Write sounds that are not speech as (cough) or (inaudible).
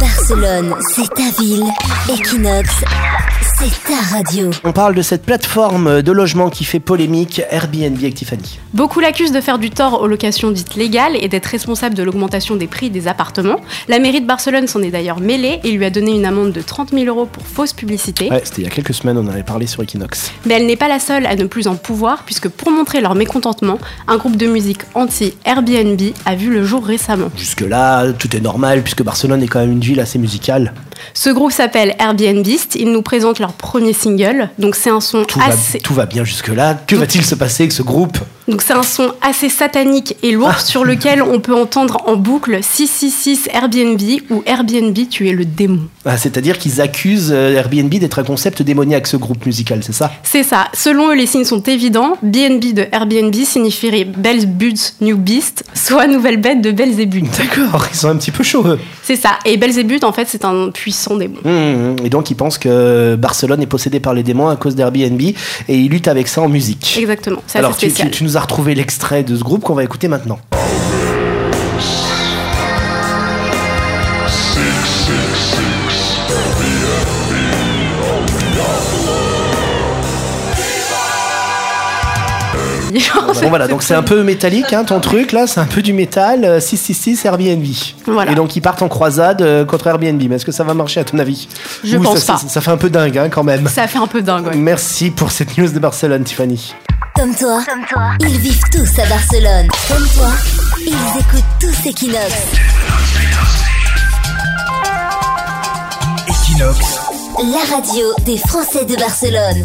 Barcelone, c'est ta ville. Equinox, c'est ta radio. On parle de cette plateforme de logement qui fait polémique, Airbnb avec Tiffany. Beaucoup l'accusent de faire du tort aux locations dites légales et d'être responsable de l'augmentation des prix des appartements. La mairie de Barcelone s'en est d'ailleurs mêlée et lui a donné une amende de 30 000 euros pour fausse publicité. Ouais, c'était il y a quelques semaines, on en avait parlé sur Equinox. Mais elle n'est pas la seule à ne plus en pouvoir, puisque pour montrer leur mécontentement, un groupe de musique anti-Airbnb a vu le jour récemment. Jusque-là, tout est normal puisque Barcelone est quand même une ville assez musicale. Ce groupe s'appelle Airbnbist, ils nous présentent leur premier single, donc Ah, c'est un son Tout, assez... va, tout va bien jusque-là. Que va-t-il se passer avec ce groupe Donc c'est un son assez satanique et Ah. lourd sur lequel on peut entendre en boucle 666 Airbnb ou Airbnb tu es le démon. Ah, C'est-à-dire qu'ils accusent euh, Airbnb d'être un concept démoniaque, ce groupe musical, c'est ça C'est ça, selon eux les signes sont évidents, BNB de Airbnb signifierait Belzebub's New Beast, soit nouvelle bête de Belzébuth. D'accord, Oh, ils sont un petit peu chauds. eux. C'est ça, et Belzébuth en fait c'est un puissant démon. Hum, Et donc ils pensent que Barcelone est possédée par les démons à cause d'Airbnb et ils luttent avec ça en musique. Exactement, c'est assez Alors tu- tu, spécial. tu nous as retrouvé l'extrait de ce groupe qu'on va écouter maintenant. (laughs) Bon voilà, donc c'est un peu métallique hein, ton truc là, c'est un peu du métal, euh, 666 Airbnb. Voilà. Et donc ils partent en croisade euh, contre Airbnb, mais est-ce que ça va marcher à ton avis Je Ouh, pense ça, pas. Ça, ça fait un peu dingue hein, quand même. Ça fait un peu dingue. ouais. Merci pour cette news de Barcelone Tiffany. Comme toi, ils vivent tous à Barcelone. Comme toi, ils écoutent tous Equinox. Equinox. La radio des Français de Barcelone.